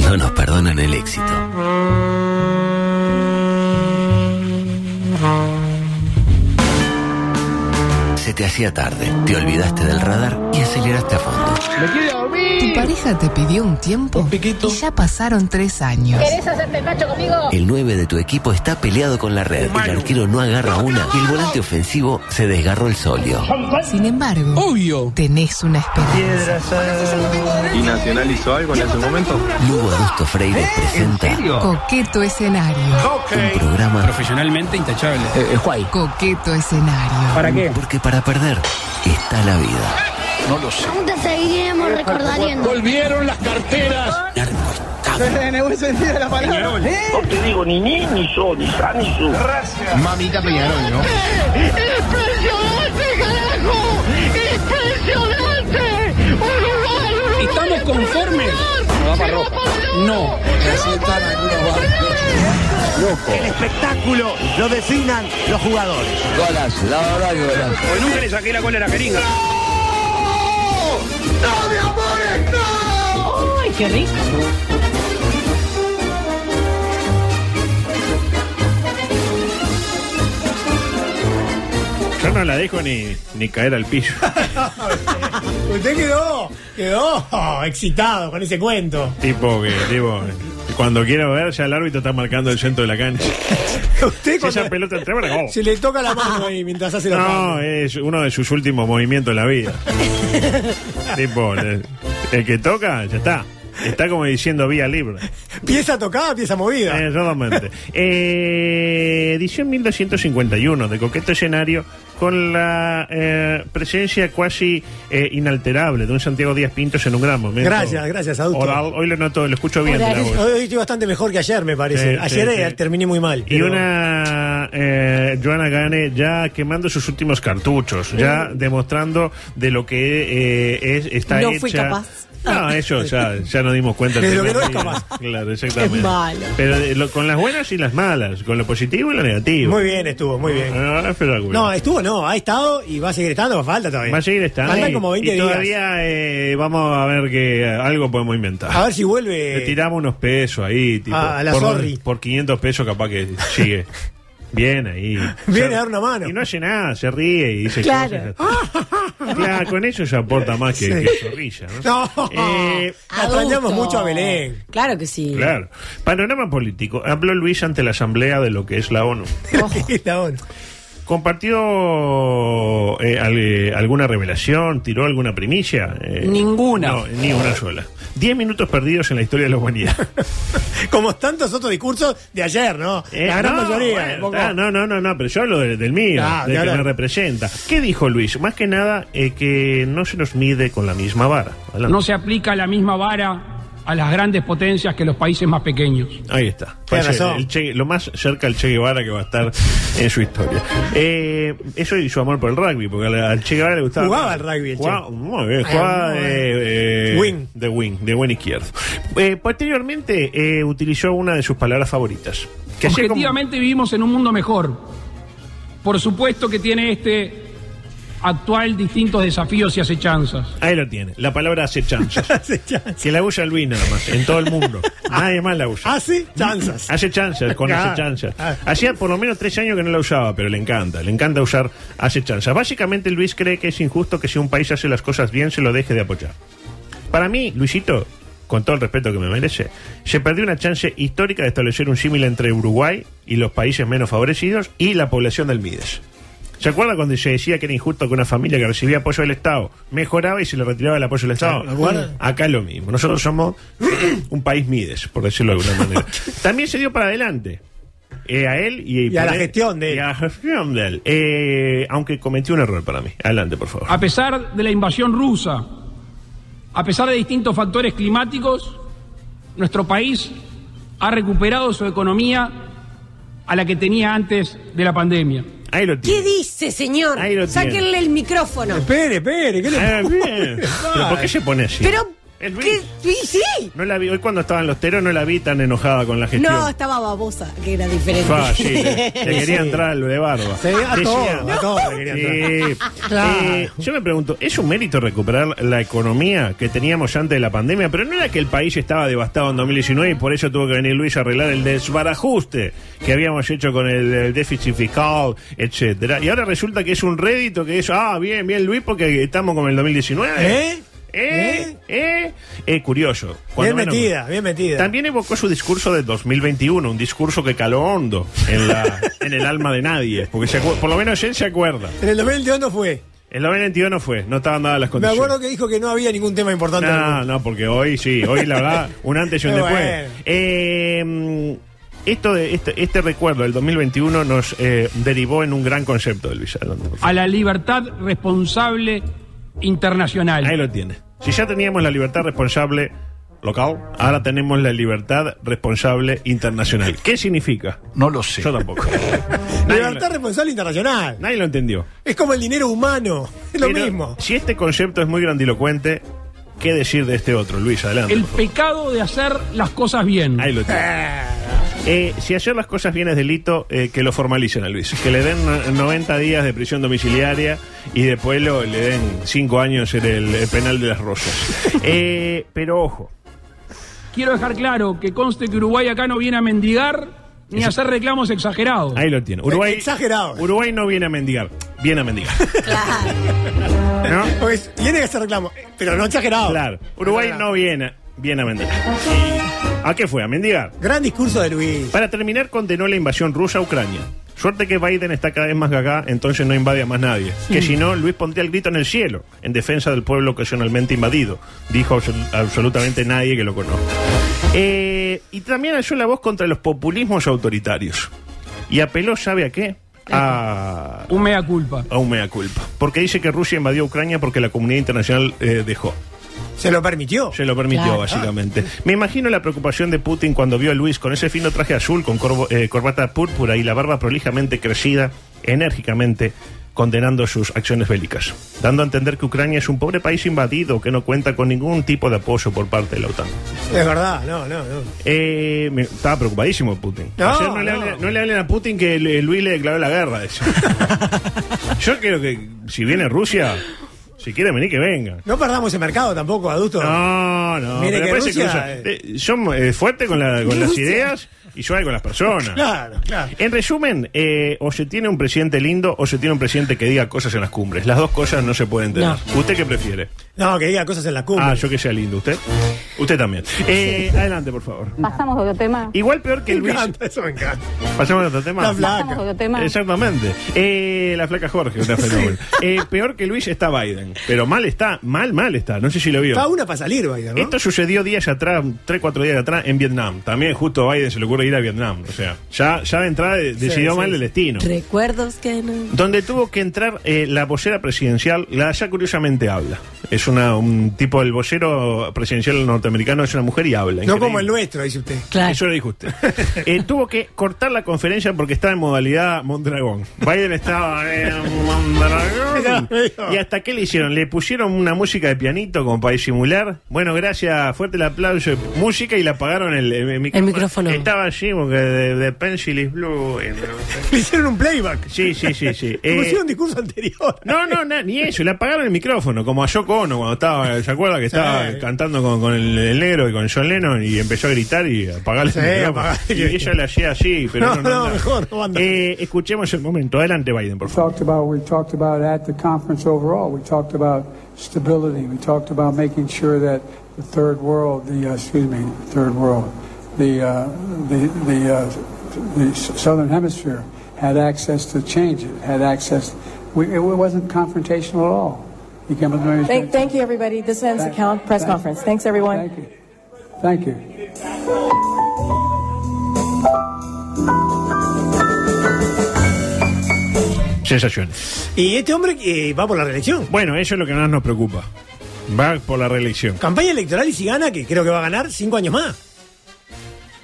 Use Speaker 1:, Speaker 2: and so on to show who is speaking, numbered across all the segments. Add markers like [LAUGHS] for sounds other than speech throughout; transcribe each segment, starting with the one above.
Speaker 1: no nos perdonan el éxito. Se te hacía tarde, te olvidaste del radar y aceleraste a fondo.
Speaker 2: ¡Me quiero
Speaker 3: Tu
Speaker 2: dormir!
Speaker 3: pareja te pidió un tiempo
Speaker 2: Un piquito.
Speaker 3: y ya pasaron tres años.
Speaker 4: ¿Querés hacerte macho conmigo?
Speaker 1: El 9 de tu equipo está peleado con la red, el arquero no agarra una y el volante ofensivo se desgarró el solio.
Speaker 3: Sin embargo,
Speaker 2: Obvio.
Speaker 3: tenés una esperanza.
Speaker 5: ¿Y Nacional hizo algo en ese momento?
Speaker 1: Lugo Augusto Freire presenta
Speaker 3: Coqueto escenario.
Speaker 1: un programa
Speaker 6: Profesionalmente intachable.
Speaker 3: Coqueto escenario.
Speaker 6: ¿Para qué?
Speaker 1: porque para perder está la vida.
Speaker 7: Aún te seguiremos recordando.
Speaker 2: Volvieron las carteras.
Speaker 5: Mamita Peñarol, ¿no?
Speaker 6: ¿Estamos conformes? No. Porque nunca le saqué la cola a la jeringa.
Speaker 4: ¡Ay, qué rico!
Speaker 8: Yo no la dejo ni, ni caer al pillo.
Speaker 9: [LAUGHS] Usted quedó, quedó oh, excitado con ese cuento.
Speaker 8: tipo que, tipo, cuando quiero ver, ya el árbitro está marcando el centro de la
Speaker 9: [LAUGHS]
Speaker 8: cancha.
Speaker 9: Usted
Speaker 8: Si esa
Speaker 9: cuando
Speaker 8: pelota entra, era gol.
Speaker 9: se le toca la mano ahí mientras hace la
Speaker 8: [LAUGHS] No,
Speaker 9: pausa.
Speaker 8: es uno de sus últimos movimientos en la
Speaker 9: [LAUGHS]
Speaker 8: vida. tipo, le- el que toca, ya está. Está como diciendo vía libre.
Speaker 9: Pieza tocada, pieza movida.
Speaker 8: Exactamente. [LAUGHS] Eh, edición 1251 de Coqueto Escenario con la eh, presencia casi eh, inalterable de un Santiago Díaz Pintos en un gran momento.
Speaker 9: Gracias, gracias, adulto.
Speaker 8: Oral, hoy lo noto, lo escucho bien. de la voz.
Speaker 9: Hoy estoy bastante mejor que ayer, me parece.
Speaker 8: Sí,
Speaker 9: ayer
Speaker 8: sí,
Speaker 9: eh,
Speaker 8: sí.
Speaker 9: terminé muy mal.
Speaker 8: Y
Speaker 9: pero-
Speaker 8: una eh, Joana Gane ya quemando sus últimos cartuchos, ya
Speaker 9: Mm.
Speaker 8: demostrando de lo que eh, es está
Speaker 10: No
Speaker 8: hecha.
Speaker 10: fui capaz. Ah.
Speaker 8: No, eso ya, ya nos dimos cuenta. el
Speaker 9: De lo
Speaker 8: primer
Speaker 9: que no es
Speaker 8: día.
Speaker 9: capaz.
Speaker 8: Claro, exactamente.
Speaker 10: Es malo.
Speaker 8: Pero de lo- con las buenas y las malas, con lo positivo y lo negativo.
Speaker 9: Muy bien estuvo, muy bien.
Speaker 8: Ah, espectacular.
Speaker 9: No, estuvo no, ha estado y va a seguir estando, falta todavía.
Speaker 8: Va a seguir estando.
Speaker 9: Faltan
Speaker 8: y-
Speaker 9: como 20
Speaker 8: y
Speaker 9: días.
Speaker 8: todavía eh, vamos a ver que eh, algo podemos inventar.
Speaker 9: A ver si vuelve.
Speaker 8: Le tiramos unos pesos ahí, tipo.
Speaker 9: Eh, Ah, a la
Speaker 8: por,
Speaker 9: Zorri.
Speaker 8: por 500 pesos capaz que
Speaker 9: [LAUGHS]
Speaker 8: sigue. Bien ahí.
Speaker 9: Viene a dar una mano.
Speaker 8: Y no hace nada, se ríe y dice
Speaker 10: Claro.
Speaker 9: [LAUGHS]
Speaker 8: cosas. claro, con eso ya aporta más que,
Speaker 9: Sí.
Speaker 8: que Zorrilla, ¿no?
Speaker 9: No.
Speaker 8: Eh,
Speaker 9: La extrañamos mucho a Belén.
Speaker 10: Claro que sí.
Speaker 8: claro. Panorama político. Habló Luis ante la asamblea de lo que es la ONU.
Speaker 9: [LAUGHS] La ONU.
Speaker 8: ¿Compartió eh, al- eh, alguna revelación? ¿Tiró alguna primicia? Eh,
Speaker 6: Ninguna.
Speaker 8: No, ni una sola. Diez minutos perdidos en la historia de la humanidad.
Speaker 9: Como tantos otros discursos de ayer, ¿no?
Speaker 8: Eh,
Speaker 9: la gran
Speaker 8: no,
Speaker 9: mayoría.
Speaker 8: bueno,
Speaker 9: poco.
Speaker 8: ah, no, no, no, no, pero yo hablo de- del mío,
Speaker 9: Ah,
Speaker 8: del
Speaker 9: ya
Speaker 8: que
Speaker 9: lo-
Speaker 8: me representa. ¿Qué dijo Luis? Más que nada, eh, que no se nos mide con la misma vara. Adelante.
Speaker 6: No se aplica la misma vara a las grandes potencias que los países más pequeños.
Speaker 8: Ahí está.
Speaker 9: Tiene
Speaker 8: Parece
Speaker 9: razón.
Speaker 8: el Che- lo más cerca al Che Guevara que va a estar en su historia. Eh, eso y su amor por el rugby, porque al, al Che Guevara le gustaba.
Speaker 9: Jugaba al rugby el Che. Ah,
Speaker 8: Jugaba, muy bien, jugaba
Speaker 9: muy
Speaker 8: de, eh,
Speaker 9: Wing.
Speaker 8: de wing, de buen izquierdo. Eh, posteriormente eh, utilizó una de sus palabras favoritas. Que hacía como-
Speaker 6: Objetivamente vivimos en un mundo mejor. Por supuesto que tiene este actual distintos desafíos y acechanzas.
Speaker 8: Ahí lo tiene, la palabra hace chanzas.
Speaker 9: [LAUGHS] Hace chanzas.
Speaker 8: Que la usa Luis nada más, en todo el
Speaker 9: [LAUGHS]
Speaker 8: mundo. Nadie más la usa.
Speaker 9: Hace chanzas.
Speaker 8: Hace chanzas, con
Speaker 9: Ah,
Speaker 8: hace chanzas.
Speaker 9: ah.
Speaker 8: Hacía por lo menos tres años que no la usaba, pero le encanta, le encanta usar hace chanzas. Básicamente Luis cree que es injusto que si un país hace las cosas bien se lo deje de apoyar. Para mí, Luisito, con todo el respeto que me merece, se perdió una chance histórica de establecer un símil entre Uruguay y los países menos favorecidos y la población del Mides. ¿Se acuerda cuando se decía que era injusto que una familia que recibía apoyo del Estado mejoraba y se le retiraba el apoyo del Estado?
Speaker 9: ¿Lo acuerdan?
Speaker 8: Acá lo mismo. Nosotros somos [CLEARS THROAT] un país Mides, por decirlo de alguna
Speaker 9: [LAUGHS]
Speaker 8: manera. También se dio para adelante. eh, a él y,
Speaker 9: Y a la gestión de él.
Speaker 8: y a la gestión de él. Eh, aunque cometió un error para mí. Adelante, por
Speaker 9: Ah,
Speaker 8: favor.
Speaker 6: A pesar de la invasión rusa, a pesar de distintos factores climáticos, nuestro país ha recuperado su economía a la que tenía antes de la pandemia.
Speaker 8: Ahí lo tiene.
Speaker 10: ¿Qué dice, señor?
Speaker 8: Ahí lo tiene.
Speaker 10: Sáquenle el micrófono.
Speaker 9: Espere, espere, ¿qué le [LAUGHS]
Speaker 8: Ah, bien. ¿Pero Ah, por qué se pone así?
Speaker 10: Pero
Speaker 8: Es
Speaker 10: ¿Qué?
Speaker 8: Luis.
Speaker 10: Sí, sí.
Speaker 8: No la vi, hoy cuando estaba en los teros no la vi tan enojada con la gestión.
Speaker 10: No, estaba babosa, que era diferente.
Speaker 8: Fa, Ah, sí,
Speaker 9: [LAUGHS]
Speaker 8: le, le quería
Speaker 9: Sí.
Speaker 8: entrar al de barba.
Speaker 9: Sí, a
Speaker 8: Decía-
Speaker 9: todo, a todo le quería entrar.
Speaker 8: Sí.
Speaker 9: Claro.
Speaker 8: Eh, yo me pregunto, ¿es un mérito recuperar la economía que teníamos antes de la pandemia? Pero no era que el país estaba devastado en 2019 y por eso tuvo que venir Luis a arreglar el desbarajuste que habíamos hecho con el, el déficit fiscal, etcétera. Y ahora resulta que es un rédito que es, ah, bien, bien Luis, porque estamos con el 2019.
Speaker 9: ¿Eh?
Speaker 8: ¿Eh? ¿Eh? Eh, curioso. Cuando
Speaker 9: Bien
Speaker 8: menos-
Speaker 9: metida, bien metida.
Speaker 8: también evocó su discurso de 2021, un discurso que caló hondo en,
Speaker 9: [LAUGHS]
Speaker 8: la- en el alma de nadie, porque se acu- por lo menos él se acuerda.
Speaker 9: En el 2022 no fue.
Speaker 8: El 2021 no fue, no estaban dadas las
Speaker 9: Me
Speaker 8: condiciones.
Speaker 9: acuerdo que dijo que no había ningún tema importante. en el
Speaker 8: No,
Speaker 9: mundo.
Speaker 8: no, porque hoy sí, hoy la verdad, un antes y un
Speaker 9: [LAUGHS] Qué
Speaker 8: después.
Speaker 9: bueno.
Speaker 8: Eh, mm, esto de, este, este recuerdo del 2021 nos eh, derivó en un gran concepto de Luis Alonso.
Speaker 6: a la libertad responsable internacional.
Speaker 8: Ahí lo tiene. Si ya teníamos la libertad responsable local, ahora tenemos la libertad responsable internacional. ¿Qué significa?
Speaker 11: No lo sé.
Speaker 8: Yo tampoco. Nadie lo-
Speaker 9: Libertad responsable internacional.
Speaker 8: Nadie lo entendió.
Speaker 9: Es como el dinero humano. Es lo
Speaker 8: Pero
Speaker 9: mismo.
Speaker 8: Si este concepto es muy grandilocuente, ¿qué decir de este otro, Luis? Adelante.
Speaker 6: El
Speaker 8: por favor.
Speaker 6: pecado de hacer las cosas bien.
Speaker 8: Ahí lo tiene.
Speaker 9: Ah.
Speaker 8: Eh, si hacer las cosas bien es delito, eh, que lo formalicen a Luis. Que le den no- 90 días de prisión domiciliaria y después lo- le den 5 años en el, eh, penal de las
Speaker 9: [LAUGHS]
Speaker 8: rosas. Eh, pero ojo,
Speaker 6: Quiero dejar claro que conste que Uruguay acá no viene a mendigar ni a hacer reclamos exagerados.
Speaker 8: ahí lo tiene. Uruguay,
Speaker 9: Exagerado.
Speaker 8: Uruguay no viene a mendigar, viene a mendigar. ¿No?
Speaker 9: Porque tiene que hacer reclamo. Pero no exagerado.
Speaker 8: Claro, Uruguay no viene, viene a mendigar. ¿A qué fue? ¿A mendigar?
Speaker 9: Gran discurso de Luis.
Speaker 8: Para terminar, condenó la invasión rusa a Ucrania. Suerte que Biden está cada vez más gagá, entonces no invade a más nadie. Que si no, Luis pondría el grito en el cielo, en defensa del pueblo ocasionalmente invadido. Dijo absol- absolutamente nadie que lo conozca. Eh, y también alzó la voz contra los populismos autoritarios. Y apeló, ¿sabe a qué? A,
Speaker 6: Un mea culpa.
Speaker 8: a un mea culpa. Porque dice que Rusia invadió Ucrania porque la comunidad internacional eh, dejó.
Speaker 9: Se lo permitió.
Speaker 8: Se lo permitió,
Speaker 10: Claro.
Speaker 8: básicamente. Me imagino la preocupación de Putin cuando vio a Luis con ese fino traje azul, con corvo- eh, corbata púrpura y la barba prolijamente crecida, enérgicamente condenando sus acciones bélicas, dando a entender que Ucrania es un pobre país invadido que no cuenta con ningún tipo de apoyo por parte de la OTAN.
Speaker 9: Es verdad. No, no, no.
Speaker 8: Eh, me- estaba preocupadísimo de Putin.
Speaker 9: No,
Speaker 8: Ayer no, Le
Speaker 9: no.
Speaker 8: hablen, no le hablen a Putin que le- Luis le declaró la guerra. decía.
Speaker 9: [LAUGHS]
Speaker 8: Yo creo que si viene Rusia, si quiere venir, que venga.
Speaker 9: No perdamos el mercado tampoco, adulto.
Speaker 8: No, no.
Speaker 9: Mire
Speaker 8: pero
Speaker 9: que
Speaker 8: después se
Speaker 9: Rusia,
Speaker 8: cruza.
Speaker 9: eh,
Speaker 8: Eh, son eh, fuertes con, la- con las ideas y suave con las personas.
Speaker 9: Claro, claro.
Speaker 8: En resumen, eh, o se tiene un presidente lindo o se tiene un presidente que diga cosas en las cumbres. Las dos cosas no se pueden tener. ¿Usted qué prefiere?
Speaker 9: No, que diga cosas en la cumbre.
Speaker 8: Ah, yo que sea lindo. ¿Usted? Usted también. Eh, adelante, por favor.
Speaker 4: Pasamos a otro tema.
Speaker 8: Igual peor que
Speaker 9: me
Speaker 8: Luis.
Speaker 9: encanta, eso me encanta.
Speaker 8: Pasemos a otro tema.
Speaker 9: La flaca.
Speaker 4: otro tema.
Speaker 8: Exactamente. Eh, la flaca Jorge, una
Speaker 9: [LAUGHS]
Speaker 8: fenómeno. Eh, peor que Luis está Biden. Pero mal está, mal, mal está. No sé si lo vio.
Speaker 9: Está una para salir, Biden, ¿no?
Speaker 8: Esto sucedió días atrás, tres, cuatro días atrás, en Vietnam. También justo a Biden se le ocurre ir a Vietnam. O sea, ya, ya de entrada eh, decidió
Speaker 9: sí,
Speaker 8: mal
Speaker 9: sí.
Speaker 8: el destino.
Speaker 10: Recuerdos que no.
Speaker 8: Donde tuvo que entrar eh, la vocera presidencial, la ya curiosamente habla. Es una, un tipo, el vocero presidencial norteamericano es una mujer y habla.
Speaker 9: No
Speaker 8: increíble.
Speaker 9: como el nuestro, dice usted.
Speaker 10: Claro.
Speaker 8: Eso lo dijo usted. Eh, tuvo que cortar la conferencia porque estaba en modalidad Mondragón. Biden estaba en Mondragón. ¿Y hasta qué le hicieron? Le pusieron una música de pianito como para disimular. Bueno, gracias, fuerte el aplauso. Música y le apagaron el, el micrófono.
Speaker 10: micrófono.
Speaker 8: Estaba así, porque de, de Pencil is Blue. eh,
Speaker 9: [LAUGHS] Le hicieron un playback.
Speaker 8: Sí, sí, sí,
Speaker 9: [LAUGHS]
Speaker 8: sí.
Speaker 9: Como
Speaker 8: Eh,
Speaker 9: hicieron un discurso anterior.
Speaker 8: no, no, na- ni eso. Le apagaron el micrófono, como a Yoko Ono cuando estaba, ¿se acuerda? Que estaba
Speaker 9: Sí.
Speaker 8: cantando con, con el, el negro y con John Lennon y empezó a gritar y apagarle
Speaker 9: Sí,
Speaker 8: el micrófono.
Speaker 9: apagá-
Speaker 8: Y ella le hacía así, pero no,
Speaker 9: No,
Speaker 8: no,
Speaker 9: no,
Speaker 8: anda.
Speaker 9: mejor, no anda.
Speaker 8: Eh, escuchemos el momento. Adelante, Biden, por favor.
Speaker 12: talked about what we talked about at the conference overall. We talked about stability. We talked about making sure that the third world, the uh, excuse me, third world, the uh, the the, uh, the southern hemisphere had access to change. It had access. We, it wasn't confrontational at all. You came with me.
Speaker 4: Thank, thank you, everybody. This ends the count press
Speaker 12: Thank-
Speaker 4: conference. Thanks, everyone.
Speaker 12: Thank you. Thank you.
Speaker 8: Sensación.
Speaker 9: Y este hombre eh, va por la reelección.
Speaker 8: Bueno, eso es lo que más nos preocupa. Va por la reelección.
Speaker 9: Campaña electoral y si gana, que creo que va a ganar cinco años más.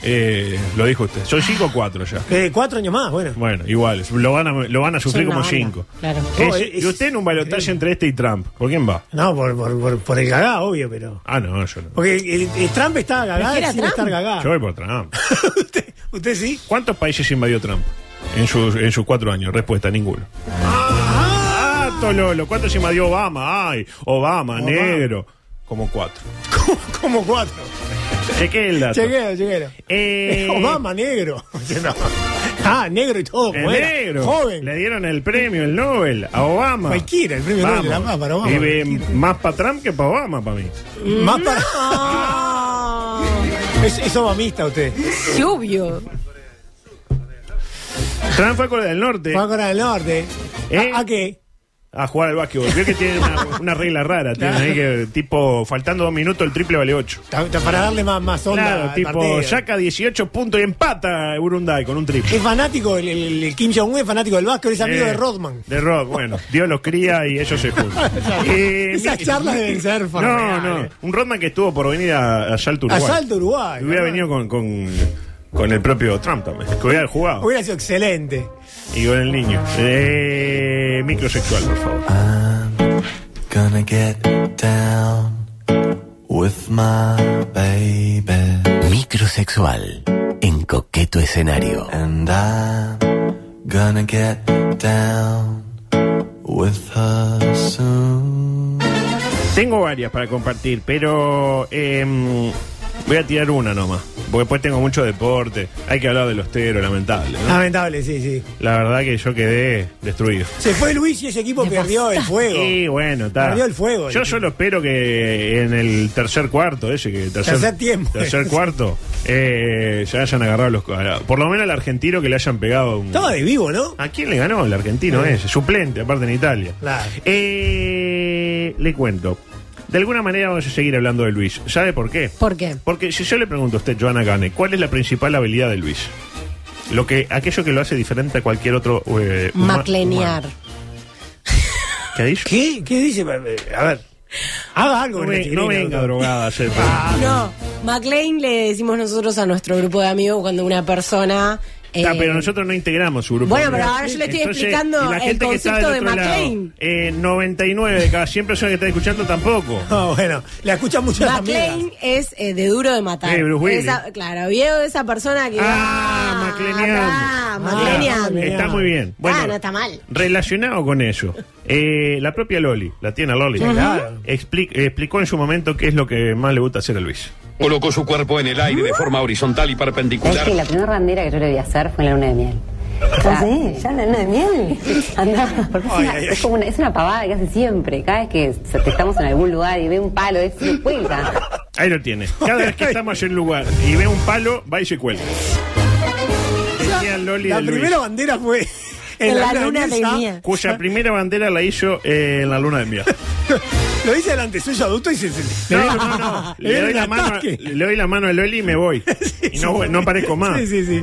Speaker 8: Eh, lo dijo usted. Son cinco o cuatro ya.
Speaker 9: Eh, cuatro años más, bueno.
Speaker 8: Bueno, igual. Lo van a, lo van a sufrir
Speaker 9: Son una
Speaker 8: como
Speaker 9: banda,
Speaker 8: cinco.
Speaker 9: claro.
Speaker 8: Es-
Speaker 9: No, Oh, es-
Speaker 8: y usted en un balotaje entre este y Trump. ¿Por quién va?
Speaker 9: No, por, por, por, por el gagá, obvio, pero.
Speaker 8: Ah, no, yo no.
Speaker 9: Porque el, el Trump está gagá,
Speaker 8: Prefiero a
Speaker 9: y sin
Speaker 8: Trump.
Speaker 9: estar
Speaker 8: Yo
Speaker 9: [LAUGHS] gagá.
Speaker 8: voy por Trump. ¿Usted sí? ¿Cuántos países invadió Trump en sus, en sus cuatro años? Respuesta, ninguno. Ah, Tololo, ¿cuántos invadió Obama? Ay, Obama, negro. Como cuatro.
Speaker 9: Como cuatro.
Speaker 8: Chequé el dato.
Speaker 9: Lleguero, lleguero.
Speaker 8: Eh, [LAUGHS]
Speaker 9: [LAUGHS] Obama, negro. No. Ah, negro y todo.
Speaker 8: El
Speaker 9: como era.
Speaker 8: negro.
Speaker 9: Joven.
Speaker 8: Le dieron el premio, el Nobel, a Obama.
Speaker 9: Cualquiera, el premio Nobel,
Speaker 8: Vamos.
Speaker 9: la más para Obama.
Speaker 8: Y ve, más para Trump que para Obama, para mí.
Speaker 9: Más para. [LAUGHS] Es, es obamista usted.
Speaker 10: Lluvio.
Speaker 8: Trump fue a Corea del Norte
Speaker 9: Juan Corea del Norte.
Speaker 8: ¿Eh?
Speaker 9: ¿A, a Ah, qué?
Speaker 8: a jugar al básquetbol. Vio que tiene una, una regla rara. Tienen ahí que, tipo, faltando dos minutos, el triple vale ocho.
Speaker 9: Ta- ta- Para darle más, más onda.
Speaker 8: Claro,
Speaker 9: al
Speaker 8: tipo,
Speaker 9: partido.
Speaker 8: saca 18 puntos y empata Burundai con un triple.
Speaker 9: Es fanático, el, el- el Kim Jong-un es fanático del básquet, es amigo
Speaker 8: Eh,
Speaker 9: de Rodman.
Speaker 8: De Rod, bueno, Dios los cría y ellos se juntan.
Speaker 9: [LAUGHS]
Speaker 8: Eh,
Speaker 9: Esas
Speaker 8: mi-
Speaker 9: charlas deben ser
Speaker 8: No,
Speaker 9: formidables.
Speaker 8: no. Un Rodman que estuvo por venir a, a Salto Uruguay.
Speaker 9: Asalto Uruguay.
Speaker 8: Y hubiera
Speaker 9: ¿verdad?
Speaker 8: venido con, con, con el propio Trump también. Que hubiera jugado.
Speaker 9: Hubiera sido excelente.
Speaker 8: Y con el niño. Eh, microsexual, por favor.
Speaker 11: Gonna get down with my baby.
Speaker 1: Microsexual en coqueto escenario.
Speaker 11: And I'm gonna get down with her soon.
Speaker 8: Tengo varias para compartir, pero em, voy a tirar una nomás. Porque después tengo mucho deporte. Hay que hablar del ostero, lamentable. ¿no?
Speaker 9: Lamentable, sí, sí.
Speaker 8: La verdad que yo quedé destruido.
Speaker 9: Se fue Luis y ese equipo perdió el fuego.
Speaker 8: Y bueno, está.
Speaker 9: Perdió el fuego.
Speaker 8: Yo solo espero que en el tercer cuarto, ese que tercer,
Speaker 9: Tercer tiempo.
Speaker 8: tercer cuarto, eh, se hayan agarrado los. a- Por lo menos al argentino que le hayan pegado un.
Speaker 9: Estaba de vivo, ¿no?
Speaker 8: ¿A quién le ganó el argentino ese? Suplente, aparte en Italia.
Speaker 9: Claro.
Speaker 8: Eh, le cuento. De alguna manera vamos a seguir hablando de Luis. ¿Sabe por qué?
Speaker 10: ¿Por qué?
Speaker 8: Porque si yo le pregunto a usted, Joana Gane, ¿cuál es la principal habilidad de Luis? Lo que, aquello que lo hace diferente a cualquier otro. eh, huma-
Speaker 10: Maclenear.
Speaker 8: humano. ¿Qué ha dicho?
Speaker 9: ¿Qué? ¿Qué dice? A ver. Haga algo.
Speaker 8: No,
Speaker 9: con
Speaker 8: ve-
Speaker 9: este
Speaker 8: no
Speaker 9: grito,
Speaker 8: venga
Speaker 9: doctor.
Speaker 8: drogada a hacer-
Speaker 10: [LAUGHS] No, McLean le decimos nosotros a nuestro grupo de amigos cuando una persona.
Speaker 8: Ah,
Speaker 10: eh,
Speaker 8: pero nosotros no integramos su grupo.
Speaker 10: Bueno,
Speaker 8: de
Speaker 10: pero
Speaker 8: amigos.
Speaker 10: ahora yo le estoy
Speaker 8: Entonces,
Speaker 10: explicando
Speaker 8: y la
Speaker 10: el
Speaker 8: gente que está
Speaker 10: concepto
Speaker 8: del
Speaker 10: de
Speaker 8: otro lado,
Speaker 10: McLean.
Speaker 8: eh, 99 de cada 100 personas que están escuchando tampoco.
Speaker 9: [LAUGHS]
Speaker 10: [LAUGHS] Ah,
Speaker 9: No, bueno, la escucha mucho las amigas.
Speaker 10: McLean es eh, de duro de matar.
Speaker 8: Eh, Bruce Willis.
Speaker 10: Esa- claro, viejo de esa persona que.
Speaker 8: Ah, Macleneando.
Speaker 10: acá,
Speaker 8: Ah,
Speaker 10: Macleneando.
Speaker 8: Está muy bien. Bueno,
Speaker 10: Ah, no está mal.
Speaker 8: Relacionado con eso, eh, la propia Loli, la tiene Loli,
Speaker 10: Sí, claro.
Speaker 8: expli- explicó en su momento qué es lo que más le gusta hacer a Luis.
Speaker 2: Colocó su cuerpo en el aire de forma horizontal y perpendicular.
Speaker 13: que la primera bandera que yo le vi hacer fue en la luna de miel. sí? ¿Ya en la luna de miel? Andá, porque es,
Speaker 9: Ah. Ay,
Speaker 13: una,
Speaker 9: ay,
Speaker 13: es como una, es una pavada que hace siempre. Cada vez que se- que estamos en algún lugar y ve un palo, es se
Speaker 9: [LAUGHS]
Speaker 13: cuelga.
Speaker 8: Ahí lo tiene. Cada vez
Speaker 10: [LAUGHS]
Speaker 8: que estamos en un lugar y ve un palo, va y se cuelga. Decía Loli
Speaker 9: La
Speaker 8: de Luis,
Speaker 9: primera bandera fue [LAUGHS] en,
Speaker 10: En la luna de
Speaker 9: Misa.
Speaker 10: miel.
Speaker 8: cuya primera bandera la hizo eh, en la luna
Speaker 10: [LAUGHS]
Speaker 8: de miel.
Speaker 9: [LAUGHS] Lo hice delante suyo adulto y se. se-
Speaker 8: Le doy, no,
Speaker 9: [LAUGHS]
Speaker 8: no, le doy
Speaker 9: Era
Speaker 8: la
Speaker 9: un
Speaker 8: mano a,
Speaker 9: ataque.
Speaker 8: le doy la mano a Loli y me
Speaker 10: [LAUGHS]
Speaker 8: voy. y no, no aparezco más.
Speaker 9: Sí, sí, sí.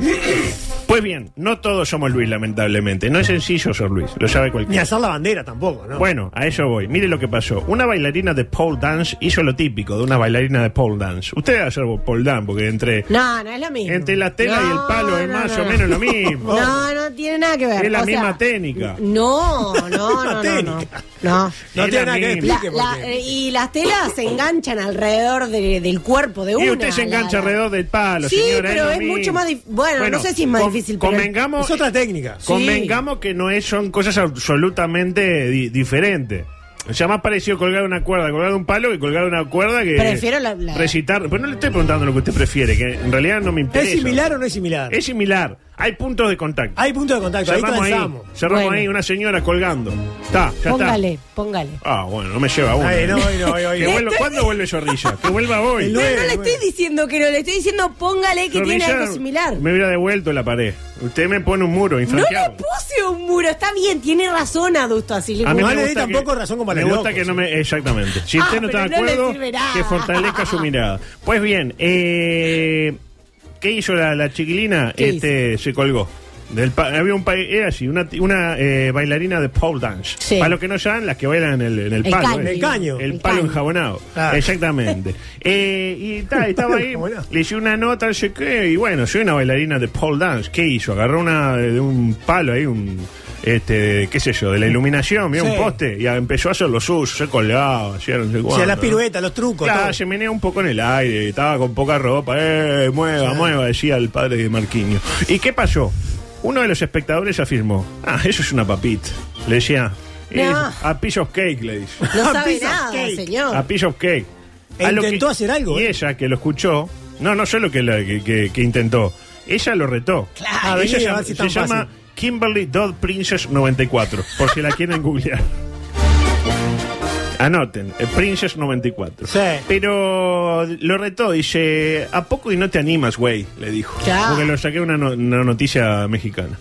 Speaker 8: Pues bien, no todos somos Luis, lamentablemente. No es sencillo ser Luis, lo sabe
Speaker 9: Ni
Speaker 8: cualquiera.
Speaker 9: hacer la bandera tampoco, ¿no?
Speaker 8: Bueno, a eso voy. Mire lo que pasó. Una bailarina de pole dance hizo lo típico de una bailarina de pole dance. Usted va a hacer pole dance porque entre,
Speaker 10: No, no es lo mismo.
Speaker 8: entre la tela y el
Speaker 10: No,
Speaker 8: palo es
Speaker 10: no,
Speaker 8: más
Speaker 10: no.
Speaker 8: o menos lo mismo.
Speaker 10: No, no tiene nada que ver.
Speaker 8: Es la
Speaker 10: O sea,
Speaker 8: misma técnica.
Speaker 10: No, no, no, no, no, no.
Speaker 9: técnica.
Speaker 10: No.
Speaker 9: No
Speaker 8: Es
Speaker 9: tiene
Speaker 8: la
Speaker 9: nada que
Speaker 8: misma.
Speaker 9: explique.
Speaker 10: La-
Speaker 9: porque-
Speaker 10: eh, y las telas se enganchan alrededor de- del cuerpo de uno.
Speaker 8: Y usted se engancha alrededor del palo,
Speaker 10: Sí,
Speaker 8: señora,
Speaker 10: pero
Speaker 8: lo
Speaker 10: es
Speaker 8: mismo.
Speaker 10: mucho más dif- bueno, no sé si es más difícil, pero-
Speaker 8: Convengamos,
Speaker 9: Es otra técnica.
Speaker 10: Sí.
Speaker 8: Convengamos que no es, son cosas absolutamente di- diferentes. O sea, más parecido colgar una cuerda, colgar un palo que colgar una cuerda que
Speaker 10: Prefiero la- la-
Speaker 8: recitar. Pues no le estoy preguntando lo que usted prefiere, que en realidad no me interesa.
Speaker 9: ¿Es similar o no es similar?
Speaker 8: Es similar. Hay puntos de contacto.
Speaker 9: Hay punto de contacto, ahí
Speaker 8: cerramos ahí,
Speaker 9: transamos.
Speaker 8: cerramos
Speaker 10: Bueno.
Speaker 8: ahí una señora colgando. Está, ya
Speaker 10: Póngale,
Speaker 8: está.
Speaker 10: póngale.
Speaker 8: Ah, bueno, no me lleva uno.
Speaker 9: Ay, no, ay, no, ay, ay.
Speaker 8: Que vuelva- ¿Cuándo vuelve Zorrilla? Que
Speaker 10: [LAUGHS]
Speaker 8: vuelva hoy.
Speaker 9: El
Speaker 10: No,
Speaker 9: nueve,
Speaker 10: no le
Speaker 9: bueno.
Speaker 10: estoy diciendo que no, le estoy diciendo póngale que tiene
Speaker 8: Zorrilla
Speaker 10: algo similar.
Speaker 8: Me hubiera devuelto la pared. Usted me pone un muro
Speaker 10: No le
Speaker 8: infranqueable.
Speaker 10: puse un muro, está bien, tiene razón adusto así. le-
Speaker 8: A mí
Speaker 9: No
Speaker 8: me
Speaker 9: le di
Speaker 8: gusta
Speaker 9: tampoco razón como a
Speaker 8: Me
Speaker 9: los
Speaker 8: gusta
Speaker 9: locos.
Speaker 8: que no me. Exactamente. Si usted
Speaker 10: Ah,
Speaker 8: no está de
Speaker 10: pero no le
Speaker 8: acuerdo,
Speaker 10: sirve nada.
Speaker 8: que fortalezca su mirada. Pues bien, eh, ¿qué hizo la, la chiquilina?
Speaker 10: ¿Qué
Speaker 8: este, Se colgó. Del pa- había un país, era así, una, ti- una eh, bailarina de pole dance.
Speaker 9: Sí.
Speaker 8: Para los que no saben, las que bailan en el, en el
Speaker 9: El
Speaker 8: palo.
Speaker 9: caño.
Speaker 8: ¿eh?
Speaker 9: El caño.
Speaker 8: El,
Speaker 9: El
Speaker 8: palo
Speaker 9: caño.
Speaker 8: enjabonado.
Speaker 9: Claro.
Speaker 8: Exactamente. Eh, y ta,
Speaker 9: [LAUGHS]
Speaker 8: estaba ahí, le hice una nota, no sé qué, y bueno, soy una bailarina de pole dance. ¿Qué hizo? Agarró una de un palo ahí, un. Este, qué sé yo, de la iluminación, mira
Speaker 9: Sí.
Speaker 8: un poste, y empezó a hacer lo suyo, se colgaba, hacía no sé
Speaker 9: O sea,
Speaker 8: cuánto,
Speaker 9: las
Speaker 8: ¿no?
Speaker 9: piruetas, los trucos.
Speaker 8: Claro,
Speaker 9: todo.
Speaker 8: se menea un poco en el aire, estaba con poca ropa, eh, mueva, mueva, decía el padre de Marquinho. ¿Y qué pasó? Uno de los espectadores afirmó, ah, eso es una papita. Le decía, "Es
Speaker 10: No.
Speaker 8: a piece of cake, le dice.
Speaker 10: No
Speaker 9: A
Speaker 10: sabe
Speaker 9: piece of
Speaker 10: nada,
Speaker 9: cake.
Speaker 10: señor.
Speaker 8: A piece of cake.
Speaker 9: E
Speaker 8: A lo
Speaker 9: intentó hacer algo,
Speaker 8: Y
Speaker 9: ¿eh?
Speaker 8: ella que lo escuchó, no, no sé lo que, la- que, que- que intentó, ella lo retó. Ah,
Speaker 9: Claro,
Speaker 8: ella
Speaker 9: vení,
Speaker 8: llama-
Speaker 9: a ver si
Speaker 8: se
Speaker 9: tan fácil.
Speaker 8: llama Kimberly Dodd Princess 94, por si la quieren googlear. Anoten, eh, Princess 94. Pero lo retó, dice, ¿a poco y no te animas, güey? Le dijo.
Speaker 10: Claro.
Speaker 8: Porque lo saqué de una, no- una noticia
Speaker 10: [LAUGHS]
Speaker 8: mexicana.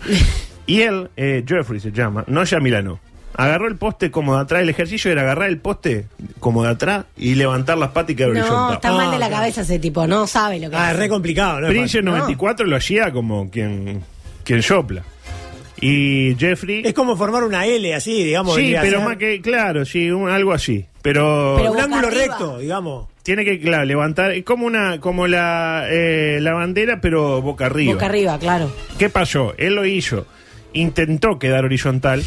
Speaker 8: y él, eh, Jeffrey se llama, no ya Milano. Agarró el poste como de atrás. El ejercicio era agarrar el poste como de atrás y levantar las patas y quedar
Speaker 10: No,
Speaker 8: horizontal.
Speaker 10: está mal de la cabeza ese tipo, no sabe lo que
Speaker 9: Ah,
Speaker 10: hace.
Speaker 9: es re complicado, ¿no? es
Speaker 8: Prince
Speaker 9: fácil.
Speaker 8: 94 lo hacía como quien, quien sopla. Y Jeffrey.
Speaker 9: Es como formar una L así, digamos.
Speaker 8: sí,
Speaker 9: vendría a
Speaker 8: pero
Speaker 9: ser
Speaker 8: más que. Claro, sí, un- algo así. Pero.
Speaker 9: un
Speaker 10: boca
Speaker 9: ángulo
Speaker 10: arriba.
Speaker 9: recto, digamos.
Speaker 8: Tiene que, claro, levantar. Es como una, como la, eh, la bandera, pero boca arriba.
Speaker 10: Boca arriba, claro.
Speaker 8: ¿Qué pasó? Él lo hizo. Intentó quedar horizontal.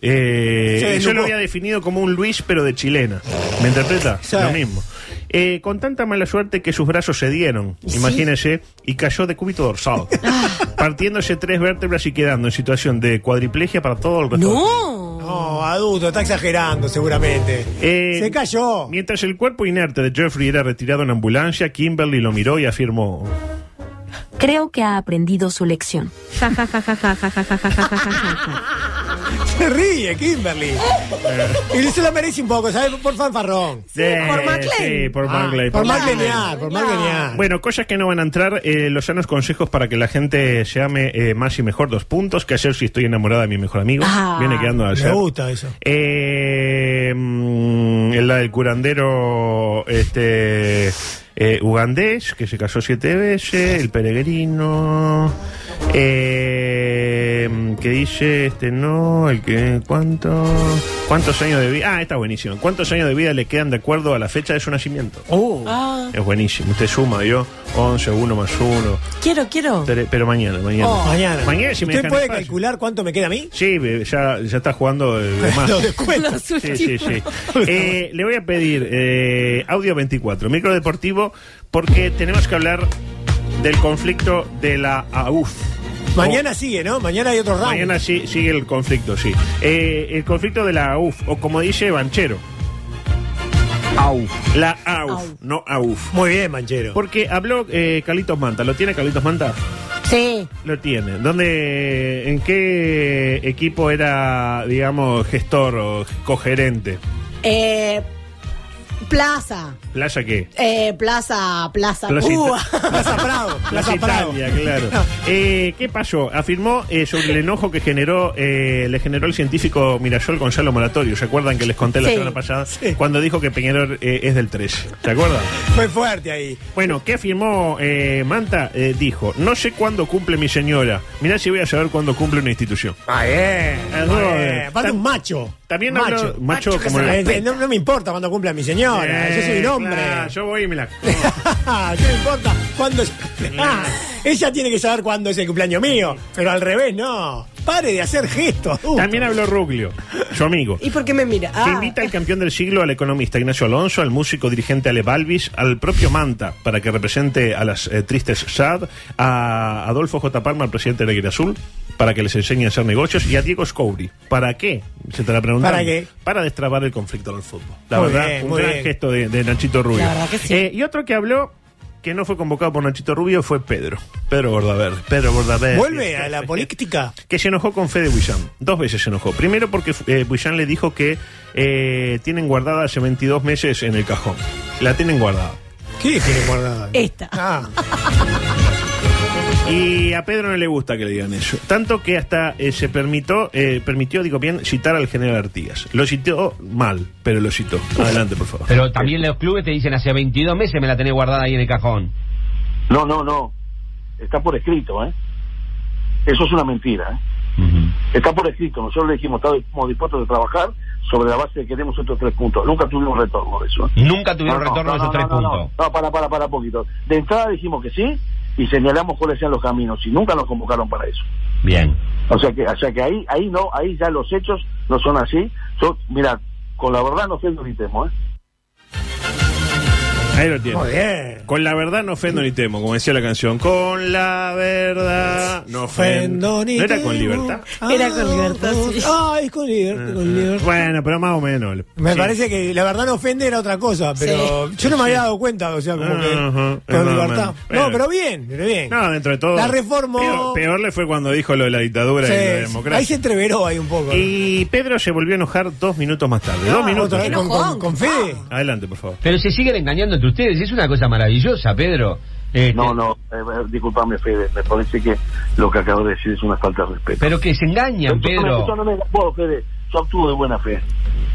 Speaker 8: Eh,
Speaker 9: Se desnudó.
Speaker 8: yo lo había definido como un Luis, pero de chilena. ¿Me interpreta?
Speaker 9: Sí.
Speaker 8: Lo mismo. Eh, con tanta mala suerte que sus brazos se dieron, imagínese, y cayó de cúbito
Speaker 9: [LAUGHS]
Speaker 8: dorsal,
Speaker 9: Ah.
Speaker 8: partiéndose tres vértebras y quedando en situación de cuadriplegia para todo el resto.
Speaker 10: No.
Speaker 9: No, adulto, está exagerando seguramente.
Speaker 8: Eh,
Speaker 9: Se cayó.
Speaker 8: Mientras el cuerpo inerte de Jeffrey era retirado en ambulancia, Kimberly lo miró y afirmó:
Speaker 14: Creo que ha aprendido su lección. Ja, ja, ja, ja, ja, ja, ja, ja, ja, ja, ja, ja.
Speaker 9: Se ríe, Kimberly.
Speaker 8: Eh.
Speaker 9: y se lo merece un poco, ¿sabes? Por fanfarrón.
Speaker 8: por
Speaker 10: Maclean.
Speaker 8: Sí, por
Speaker 9: Ah,
Speaker 8: Maclean,
Speaker 9: Por más
Speaker 8: Maclean.
Speaker 9: genial, por más genial.
Speaker 8: Bueno, cosas que no van a entrar, eh, los sanos consejos para que la gente se ame eh, más y mejor. Dos puntos, que ayer si estoy enamorada de mi mejor amigo,
Speaker 10: Ah.
Speaker 8: viene quedando
Speaker 9: Me
Speaker 8: ayer.
Speaker 9: gusta eso.
Speaker 8: Eh, mm, la del curandero este eh, ugandés, que se casó siete veces, el peregrino, eh, mm, que dice este no, el que cuánto, cuántos años de vida, ah, está buenísimo, cuántos años de vida le quedan de acuerdo a la fecha de su nacimiento.
Speaker 10: Ah,
Speaker 8: Es buenísimo. Usted suma, yo 11, 1 más 1.
Speaker 10: quiero, quiero.
Speaker 8: Pero mañana, mañana.
Speaker 9: Oh, mañana.
Speaker 8: Mañana si me
Speaker 9: ¿Usted
Speaker 8: dejan
Speaker 9: puede
Speaker 8: espacio.
Speaker 9: calcular cuánto me queda a mí?
Speaker 8: Sí, be- ya, ya está jugando
Speaker 9: [LAUGHS]
Speaker 8: eh, de más.
Speaker 9: Lo descuento.
Speaker 10: Los
Speaker 8: Sí, sí,
Speaker 9: [LAUGHS]
Speaker 8: sí.
Speaker 10: últimos.
Speaker 8: Eh, le voy a pedir eh, audio 24, micro deportivo, porque tenemos que hablar del conflicto de la AUF.
Speaker 9: Mañana sigue, ¿no? Mañana hay otro round.
Speaker 8: Mañana sí, sigue el conflicto, sí. Eh, el conflicto de la AUF, o como dice Banchero. AUF. La AUF,
Speaker 10: AUF.
Speaker 8: no AUF.
Speaker 9: Muy bien, Manchero.
Speaker 8: Porque habló eh, Carlitos Manta. ¿Lo tiene Carlitos Manta?
Speaker 10: Sí.
Speaker 8: Lo tiene. ¿Dónde, ¿En qué equipo era, digamos, gestor o cogerente?
Speaker 10: Eh, plaza.
Speaker 8: ¿Playa qué?
Speaker 10: Eh, plaza, plaza.
Speaker 8: Plaza
Speaker 10: Cuba.
Speaker 9: Uh, [LAUGHS] Plaza Prado.
Speaker 10: Ah,
Speaker 8: Plaza
Speaker 9: Plaza Prado.
Speaker 8: Italia,
Speaker 10: [LAUGHS]
Speaker 8: claro. Eh, ¿Qué pasó? Afirmó eh, sobre el enojo que generó eh, le generó el científico Mirayol Gonzalo Moratorio. ¿Se acuerdan que les conté la
Speaker 10: Sí.
Speaker 8: semana pasada? Cuando dijo que Peñarol eh, es del 3. ¿Se acuerdan?
Speaker 9: Fue fuerte ahí.
Speaker 8: Bueno, ¿qué afirmó eh, Manta? Eh, dijo, no sé cuándo cumple mi señora. Mirá si voy a saber cuándo cumple una institución.
Speaker 9: Ah, bien.
Speaker 8: Ah,
Speaker 9: Ah, bien.
Speaker 8: bien.
Speaker 9: Aparte un macho.
Speaker 8: También
Speaker 9: macho.
Speaker 8: habló- macho
Speaker 9: que
Speaker 8: como
Speaker 9: se
Speaker 8: la
Speaker 9: la-
Speaker 8: pe-
Speaker 9: no, no me importa cuando cumpla mi señora. yo soy
Speaker 8: Eh,
Speaker 9: un hombre.
Speaker 8: claro, yo voy y me
Speaker 9: [LAUGHS]
Speaker 8: la...
Speaker 9: ¿Qué me importa cuándo es- Ah,
Speaker 8: Mm.
Speaker 9: ella tiene que saber cuándo es el cumpleaños mío. Pero al revés, no. Pare de hacer gestos. Uh, adulto.
Speaker 8: También habló Ruglio, su amigo.
Speaker 10: Uh, ¿Y por qué me mira?
Speaker 8: Que
Speaker 10: Ah,
Speaker 8: invita al campeón del siglo, al economista Ignacio Alonso, al músico dirigente Ale Balvis, al propio Manta, para que represente a las eh, tristes SAD, a Adolfo J. Palma, al presidente de Águila Azul, para que les enseñe a hacer negocios, y a Diego Scouri. ¿Para qué? Se te la preguntan.
Speaker 9: ¿Para qué?
Speaker 8: Para destrabar el conflicto del fútbol. La
Speaker 9: Muy
Speaker 8: verdad,
Speaker 9: bien,
Speaker 8: un
Speaker 9: muy
Speaker 8: gran
Speaker 9: bien.
Speaker 8: gesto de, de Nachito Rubio.
Speaker 10: La verdad que sí.
Speaker 8: Eh, y otro que habló, que no fue convocado por Nachito Rubio, fue Pedro. Pedro Bordaber. Pedro Bordaber.
Speaker 9: Vuelve a la política.
Speaker 8: que se enojó con Fede Buillán. Dos veces se enojó. Primero porque eh, Buillán le dijo que eh, tienen guardada hace 22 meses en el cajón. La tienen guardada.
Speaker 9: ¿Qué tiene guardado?
Speaker 8: Eh.
Speaker 10: esta.
Speaker 9: Ah,
Speaker 8: Y a Pedro no le gusta que le digan eso. Tanto que hasta eh, se permitió, eh, permitió, digo bien, citar al general Artigas. Lo citó mal, pero lo citó. Adelante, por favor.
Speaker 15: Pero también los clubes te dicen hace 22 meses me la tenés guardada ahí en el cajón.
Speaker 16: No, no, no. Está por escrito, ¿eh? Eso es una mentira. ¿eh? Está por escrito, nosotros le dijimos, estamos dispuestos a trabajar sobre la base de que tenemos estos tres puntos. Nunca tuvimos retorno de eso. ¿eh?
Speaker 15: Nunca tuvieron
Speaker 16: No, no,
Speaker 15: retorno de
Speaker 16: no,
Speaker 15: esos
Speaker 16: no,
Speaker 15: tres
Speaker 16: no, no.
Speaker 15: puntos.
Speaker 16: No, para, para, para poquito. De entrada dijimos que sí y señalamos cuáles eran los caminos y nunca nos convocaron para eso.
Speaker 15: Bien.
Speaker 16: O sea que, o sea que ahí, ahí no, ahí ya los hechos no son así. Yo, mira, con la verdad no ofendo ni temo, ¿eh?
Speaker 8: Ahí lo tiene.
Speaker 9: Muy bien.
Speaker 8: Con la verdad no ofendo ni temo, como decía la canción. Con la verdad no ofendo.
Speaker 9: Ofendo ni
Speaker 8: ¿No era con
Speaker 9: temo.
Speaker 8: libertad?
Speaker 10: Era con libertad, sí.
Speaker 9: Ah, es con libertad. con libertad.
Speaker 8: Bueno, pero más o menos.
Speaker 9: Me
Speaker 8: Sí.
Speaker 9: parece que la verdad no ofende era otra cosa, pero
Speaker 10: Sí.
Speaker 9: yo no me había dado cuenta, o sea, como que
Speaker 8: Ajá, es más o
Speaker 9: con libertad.
Speaker 8: menos.
Speaker 9: No,
Speaker 8: Bueno.
Speaker 9: pero bien, pero bien.
Speaker 8: No, dentro de todo.
Speaker 9: La reformó.
Speaker 8: Peor, peor le fue cuando dijo lo de la dictadura
Speaker 9: Sí,
Speaker 8: y la
Speaker 9: ahí se
Speaker 8: democracia.
Speaker 9: entreveró ahí un poco. ¿no?
Speaker 8: Y Pedro se volvió a enojar dos minutos más tarde. dos
Speaker 9: Ah,
Speaker 8: minutos.
Speaker 9: otra vez con, con, con Fede.
Speaker 8: Adelante, por favor.
Speaker 15: Pero se siguen engañando entre ustedes, es una cosa maravillosa, Pedro. Este, [LAUGHS]
Speaker 16: No, no, eh, eh, disculpame, Fede, me parece que lo que acabo de decir es una falta de respeto.
Speaker 15: Pero que se engañan,
Speaker 16: Yo no me- yo
Speaker 15: Pedro.
Speaker 16: no me puedo, Fede, yo actúo de buena fe.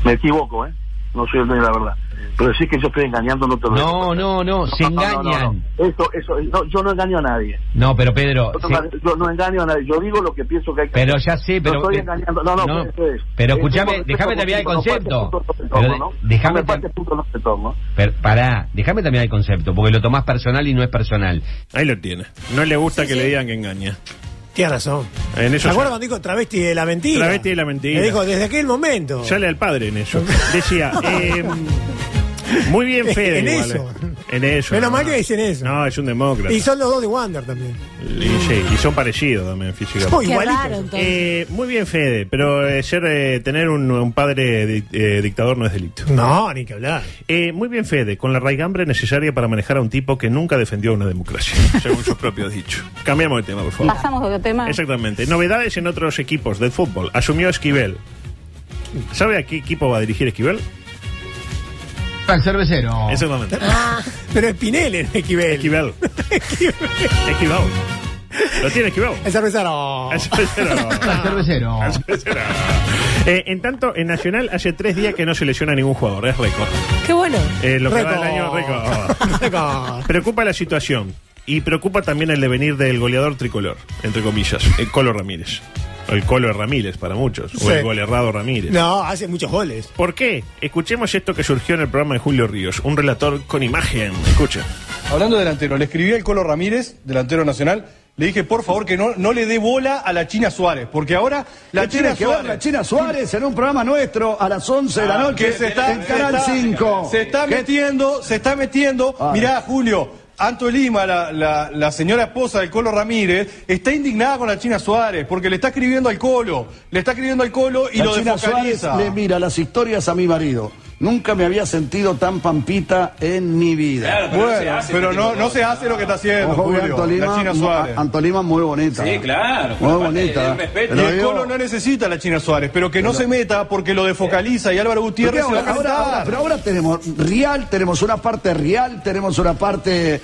Speaker 16: Me equivoco, ¿eh? No soy el dueño de la verdad. Pero decir que yo estoy engañando no te lo
Speaker 15: No, no, no, se
Speaker 16: No, no, no, no,
Speaker 15: engañan.
Speaker 16: no. Eso, eso, no, yo no engaño a nadie.
Speaker 15: No, pero Pedro,
Speaker 16: Yo
Speaker 15: se-
Speaker 16: no, yo no engaño a nadie. Yo digo lo que pienso que hay que
Speaker 15: Pero
Speaker 16: hacer.
Speaker 15: ya sé, pero-
Speaker 16: No estoy
Speaker 15: pe-
Speaker 16: engañando. No, pues, no,
Speaker 15: no,
Speaker 16: pero eso es.
Speaker 15: pero
Speaker 16: Es
Speaker 15: escúchame,
Speaker 16: un poco
Speaker 15: déjame terminar el
Speaker 16: respeto,
Speaker 15: concepto.
Speaker 16: no faltes punto,
Speaker 15: Pero
Speaker 16: no,
Speaker 15: de-
Speaker 16: ¿no?
Speaker 15: déjame
Speaker 16: No me
Speaker 15: ter-
Speaker 16: faltes punto, no te tomo.
Speaker 15: per- pará, déjame también el concepto, porque lo tomás personal y no es personal.
Speaker 8: Ahí lo tiene. No le gusta que le digan que engaña.
Speaker 9: Tiene razón.
Speaker 8: En
Speaker 9: ¿Se
Speaker 8: eso
Speaker 9: acuerdan
Speaker 8: ya,
Speaker 9: cuando dijo travesti de la mentira?
Speaker 8: Travesti de la mentira.
Speaker 9: Le dijo desde aquel momento.
Speaker 8: sale al padre en eso. Decía,
Speaker 9: [LAUGHS]
Speaker 8: eh, muy bien Fede.
Speaker 9: En
Speaker 8: igual,
Speaker 9: eso.
Speaker 8: eh. En eso.
Speaker 9: Menos
Speaker 8: no.
Speaker 9: mal que dicen eso.
Speaker 8: No, es un demócrata.
Speaker 9: Y son los dos de Wander también.
Speaker 8: Y, sí, y son parecidos también físicamente.
Speaker 9: Son igualitos.
Speaker 10: raro, entonces.
Speaker 8: Eh, muy bien, Fede, pero eh, ser, eh, tener un, un padre di- eh, dictador no es delito.
Speaker 9: No, ni que hablar.
Speaker 8: Eh, muy bien, Fede, con la raigambre necesaria para manejar a un tipo que nunca defendió una democracia, [LAUGHS] según sus propios dichos. Cambiamos de tema, por favor.
Speaker 4: Pasamos a otro tema.
Speaker 8: [LAUGHS] Exactamente. Novedades en otros equipos del fútbol. Asumió Esquivel. ¿Sabe a qué equipo va a dirigir Esquivel?
Speaker 17: Al cervecero. Ah.
Speaker 8: Exactamente.
Speaker 9: Pero es Pinel en Esquivel.
Speaker 8: Esquivel. Esquivel. Lo tiene Esquivel.
Speaker 9: [LAUGHS] El cervecero.
Speaker 8: Al cervecero.
Speaker 17: [LAUGHS] Al cervecero.
Speaker 8: Al cervecero. Eh, en tanto, en Nacional hace tres días que no se lesiona ningún jugador, es récord.
Speaker 10: Qué bueno.
Speaker 8: Eh, lo que va
Speaker 9: Récord.
Speaker 8: del año,
Speaker 17: [LAUGHS]
Speaker 8: récord.
Speaker 9: [LAUGHS] Récord.
Speaker 8: Preocupa la situación y preocupa también el devenir del goleador tricolor, entre comillas, el Colo Ramírez. O el Colo Ramírez para muchos, o
Speaker 9: Sí.
Speaker 8: el goleador Ramírez.
Speaker 9: No, hace muchos goles.
Speaker 8: ¿Por qué? Escuchemos esto que surgió en el programa de Julio Ríos, un relator con imagen. Escucha.
Speaker 18: Hablando delantero, le escribí al Colo Ramírez, delantero nacional, le dije por favor que no, no le dé bola a la China Suárez, porque ahora la
Speaker 19: La
Speaker 18: China
Speaker 19: tiene que ver
Speaker 18: Suárez.
Speaker 19: la China Suárez en un programa nuestro a las 11 de la
Speaker 18: Ah,
Speaker 19: noche
Speaker 18: que se está,
Speaker 19: en
Speaker 18: se
Speaker 19: Canal
Speaker 18: está-
Speaker 19: 5.
Speaker 18: Se está
Speaker 19: ¿Qué?
Speaker 18: metiendo, se está metiendo.
Speaker 19: Ah.
Speaker 18: Mirá, Julio, Anto Lima, la, la- la señora esposa del Colo Ramírez, está indignada con la China Suárez, porque le está escribiendo al Colo, le está escribiendo al Colo y
Speaker 19: la
Speaker 18: lo
Speaker 19: China Suárez
Speaker 18: desfocaliza.
Speaker 19: le mira las historias a mi marido. Nunca me había sentido tan pampita en mi vida.
Speaker 18: Bueno, pero no, no se hace lo que está haciendo,
Speaker 19: Ojo, que
Speaker 18: Julio, la
Speaker 19: Antolima,
Speaker 18: China
Speaker 19: mu-
Speaker 18: Suárez.
Speaker 19: a- Antolima muy bonita.
Speaker 18: Sí, claro,
Speaker 19: Muy
Speaker 18: pero aparte de
Speaker 19: bonita.
Speaker 18: un respeto. Y el Colo no necesita a la China Suárez, pero que no se meta porque lo desfocaliza y Álvaro
Speaker 19: Porque
Speaker 18: Gutiérrez se va
Speaker 19: ahora,
Speaker 18: a
Speaker 19: ahora-
Speaker 18: calentar.
Speaker 19: ahora- pero ahora tenemos Real, tenemos una parte Real, tenemos una parte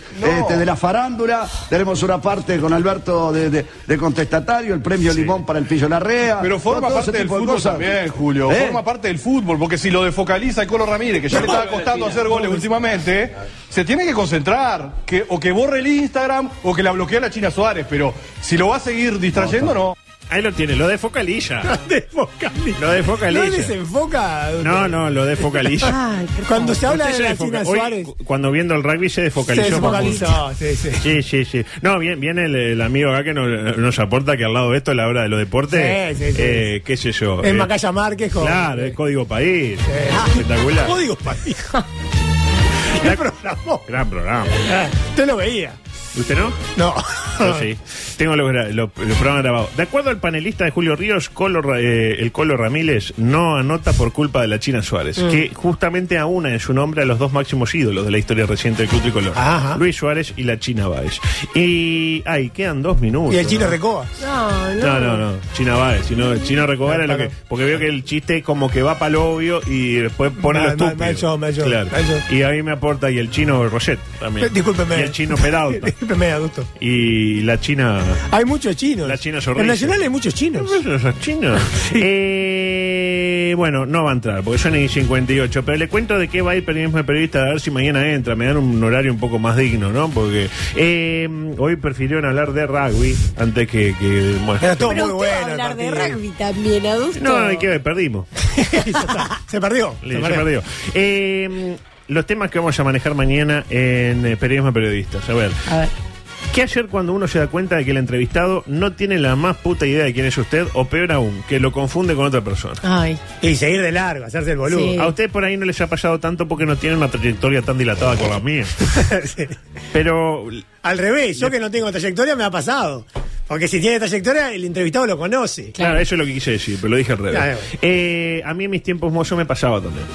Speaker 19: este, de la farándula, tenemos una parte con Alberto de, de- de contestatario, el premio Limón para el Pillo Larrea.
Speaker 18: Pero forma
Speaker 19: todo ese
Speaker 18: parte del
Speaker 19: tipo de
Speaker 18: fútbol
Speaker 19: cosas.
Speaker 18: también, Julio.
Speaker 19: ¿Eh?
Speaker 18: Forma parte del fútbol, porque si lo desfocaliza el Colo Ramírez, que ya le estaba costando hacer goles últimamente, se tiene que concentrar. Que, o que borre el Instagram o que la bloquee la China Suárez. Pero si lo va a seguir distrayendo, no.
Speaker 8: Ahí lo tiene, lo
Speaker 9: [LAUGHS]
Speaker 8: desfocaliza. Lo
Speaker 9: No
Speaker 8: desfocaliza.
Speaker 9: desenfoca.
Speaker 8: No, no, lo desfocaliza.
Speaker 9: [LAUGHS] Ay, Cuando se habla
Speaker 8: Usted
Speaker 9: de
Speaker 8: se
Speaker 9: la
Speaker 8: desfoca-
Speaker 9: China
Speaker 8: hoy,
Speaker 9: Suárez.
Speaker 8: cu- cuando viendo el rugby se desfocalizó.
Speaker 9: Se
Speaker 8: Facundo.
Speaker 9: desfocalizó, sí, sí.
Speaker 8: Sí, sí, sí. No, bien- viene el, el amigo acá que nos, nos aporta que al lado de esto, la hora de los deportes,
Speaker 9: Sí, sí, sí.
Speaker 8: eh, qué sé yo.
Speaker 9: En
Speaker 8: eh,
Speaker 9: Macaya Márquez con.
Speaker 8: Claro, es Código País. [LAUGHS] Espectacular.
Speaker 9: [LAUGHS] Código país.
Speaker 8: [LAUGHS] La-
Speaker 9: programó?
Speaker 8: Gran programa.
Speaker 9: Usted lo veía.
Speaker 8: ¿Usted no?
Speaker 9: No.
Speaker 8: Yo sí. Tengo los, gra- los- los programas grabados. De acuerdo al panelista de Julio Ríos, Colo Ra- eh, el Colo Ramírez no anota por culpa de la China Suárez,
Speaker 9: Mm.
Speaker 8: que justamente aúna en su nombre a los dos máximos ídolos de la historia reciente del Club Tricolor,
Speaker 9: Ajá.
Speaker 8: Luis Suárez y la China Báez. Y. Ay, quedan dos minutos.
Speaker 9: Y el chino
Speaker 8: ¿no?
Speaker 9: recoba.
Speaker 10: No, no.
Speaker 8: No, no, no. China Báez, sino Chino Recobara
Speaker 9: Claro,
Speaker 8: lo que. Porque veo que el chiste como que va para lo obvio y después pone lo
Speaker 9: Mal, mal,
Speaker 8: estúpido.
Speaker 9: mal yo, mal yo,
Speaker 8: Claro.
Speaker 9: mal yo.
Speaker 8: Y ahí me aporta y el chino Roset también.
Speaker 9: Eh, discúlpeme.
Speaker 8: Y el chino Peralta.
Speaker 9: [LAUGHS] Discúlpeme, adulto.
Speaker 8: y la china.
Speaker 9: Hay muchos chinos.
Speaker 8: La china
Speaker 9: En
Speaker 8: sonrisa.
Speaker 9: Nacional hay muchos chinos.
Speaker 8: Esos chinos. Eh, Eh, bueno, no va a entrar, porque son y 58. Pero le cuento de qué va a ir periodismo de periodista, a ver si mañana entra. Me dan un horario un poco más digno, ¿no? Porque eh, hoy prefirieron hablar de rugby antes que. que bueno.
Speaker 9: Pero estuvo muy
Speaker 10: Usted
Speaker 9: bueno.
Speaker 10: va a
Speaker 9: el
Speaker 10: hablar de
Speaker 9: partido. [LAUGHS]
Speaker 10: rugby también, adusto.
Speaker 8: No, hay que ver, perdimos.
Speaker 9: Se perdió.
Speaker 8: Le- ya perdió. Eh, los temas que vamos a manejar mañana en eh, Periodismo de Periodistas. A ver. ¿Qué hacer cuando uno se da cuenta de que el entrevistado no tiene la más puta idea de quién es usted? O peor aún, que lo confunde con otra persona.
Speaker 10: Ay.
Speaker 9: Y seguir de largo, hacerse el boludo.
Speaker 8: A usted por ahí no les ha pasado tanto porque no tiene una trayectoria tan dilatada como la mía.
Speaker 9: [LAUGHS]
Speaker 8: Pero
Speaker 9: Al revés, yo que no tengo trayectoria me ha pasado. Porque si tiene trayectoria, el entrevistado lo conoce.
Speaker 8: Claro, eso es lo que quise decir, pero lo dije al revés.
Speaker 9: Claro.
Speaker 8: Eh, a mí en mis tiempos mozos me pasaba también.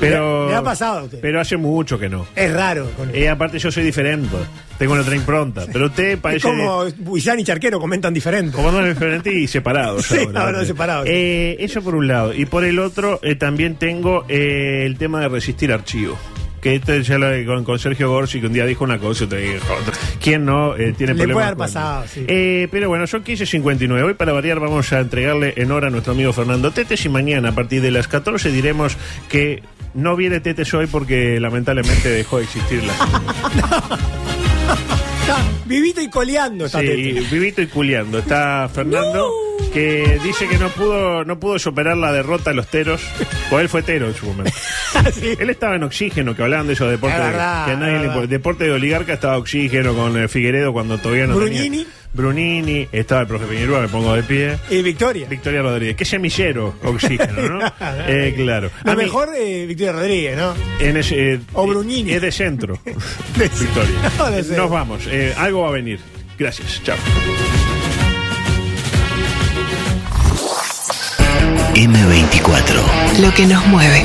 Speaker 8: Pero,
Speaker 9: Le- le ha pasado a usted.
Speaker 8: Pero hace mucho que no.
Speaker 9: Es raro. con-
Speaker 8: Eh, aparte yo soy diferente, tengo otra impronta. Pero usted
Speaker 9: Es
Speaker 8: parece...
Speaker 9: como Buizán y Charquero comentan diferente.
Speaker 8: Comandos diferentes y separados.
Speaker 9: Sí, ahora separados.
Speaker 8: Eh, eso por un lado. Y por el otro, eh, también tengo eh, el tema de resistir archivo. Que esto ya lo con, con Sergio Gorsi, que un día dijo una cosa y otro día dijo otra. ¿Quién no eh, tiene
Speaker 9: Le
Speaker 8: problemas?
Speaker 9: puede haber
Speaker 8: con-
Speaker 9: pasado, sí.
Speaker 8: Eh, pero bueno, son 15.59. Hoy, para variar, vamos a entregarle en hora a nuestro amigo Fernando Tetes. Y mañana, a partir de las 14, diremos que no viene Tetes hoy porque lamentablemente dejó de existir
Speaker 9: [LAUGHS]
Speaker 8: la.
Speaker 9: Está vivito y coleando está
Speaker 8: Sí,
Speaker 9: Tete.
Speaker 8: vivito y culeando. Está Fernando, que dice que no pudo, no pudo superar la derrota de los teros. O él fue tero en su
Speaker 9: [LAUGHS]
Speaker 8: momento. [LAUGHS] Él estaba en oxígeno, que hablaban de esos deportes.
Speaker 9: Es verdad,
Speaker 8: que a nadie
Speaker 9: es
Speaker 8: le
Speaker 9: verdad.
Speaker 8: importa. Deporte de oligarca estaba oxígeno con eh, Figueredo cuando todavía no
Speaker 9: Brunini.
Speaker 8: tenía. Brunini. Estaba el profe Peñarúa, me pongo de pie.
Speaker 9: Y Victoria.
Speaker 8: Victoria Rodríguez, que semillero oxígeno,
Speaker 9: [LAUGHS]
Speaker 8: ¿no? Eh, claro.
Speaker 9: Lo
Speaker 8: A mí,
Speaker 9: mejor, eh, Victoria Rodríguez, ¿no?
Speaker 8: en ese- eh,
Speaker 9: O Brunini.
Speaker 8: Es de
Speaker 9: [LAUGHS]
Speaker 8: centro, Victoria.
Speaker 9: No, de centro.
Speaker 8: Nos vamos. Eh, algo va a venir. Gracias. Chao.
Speaker 1: M24.
Speaker 3: Lo que nos mueve.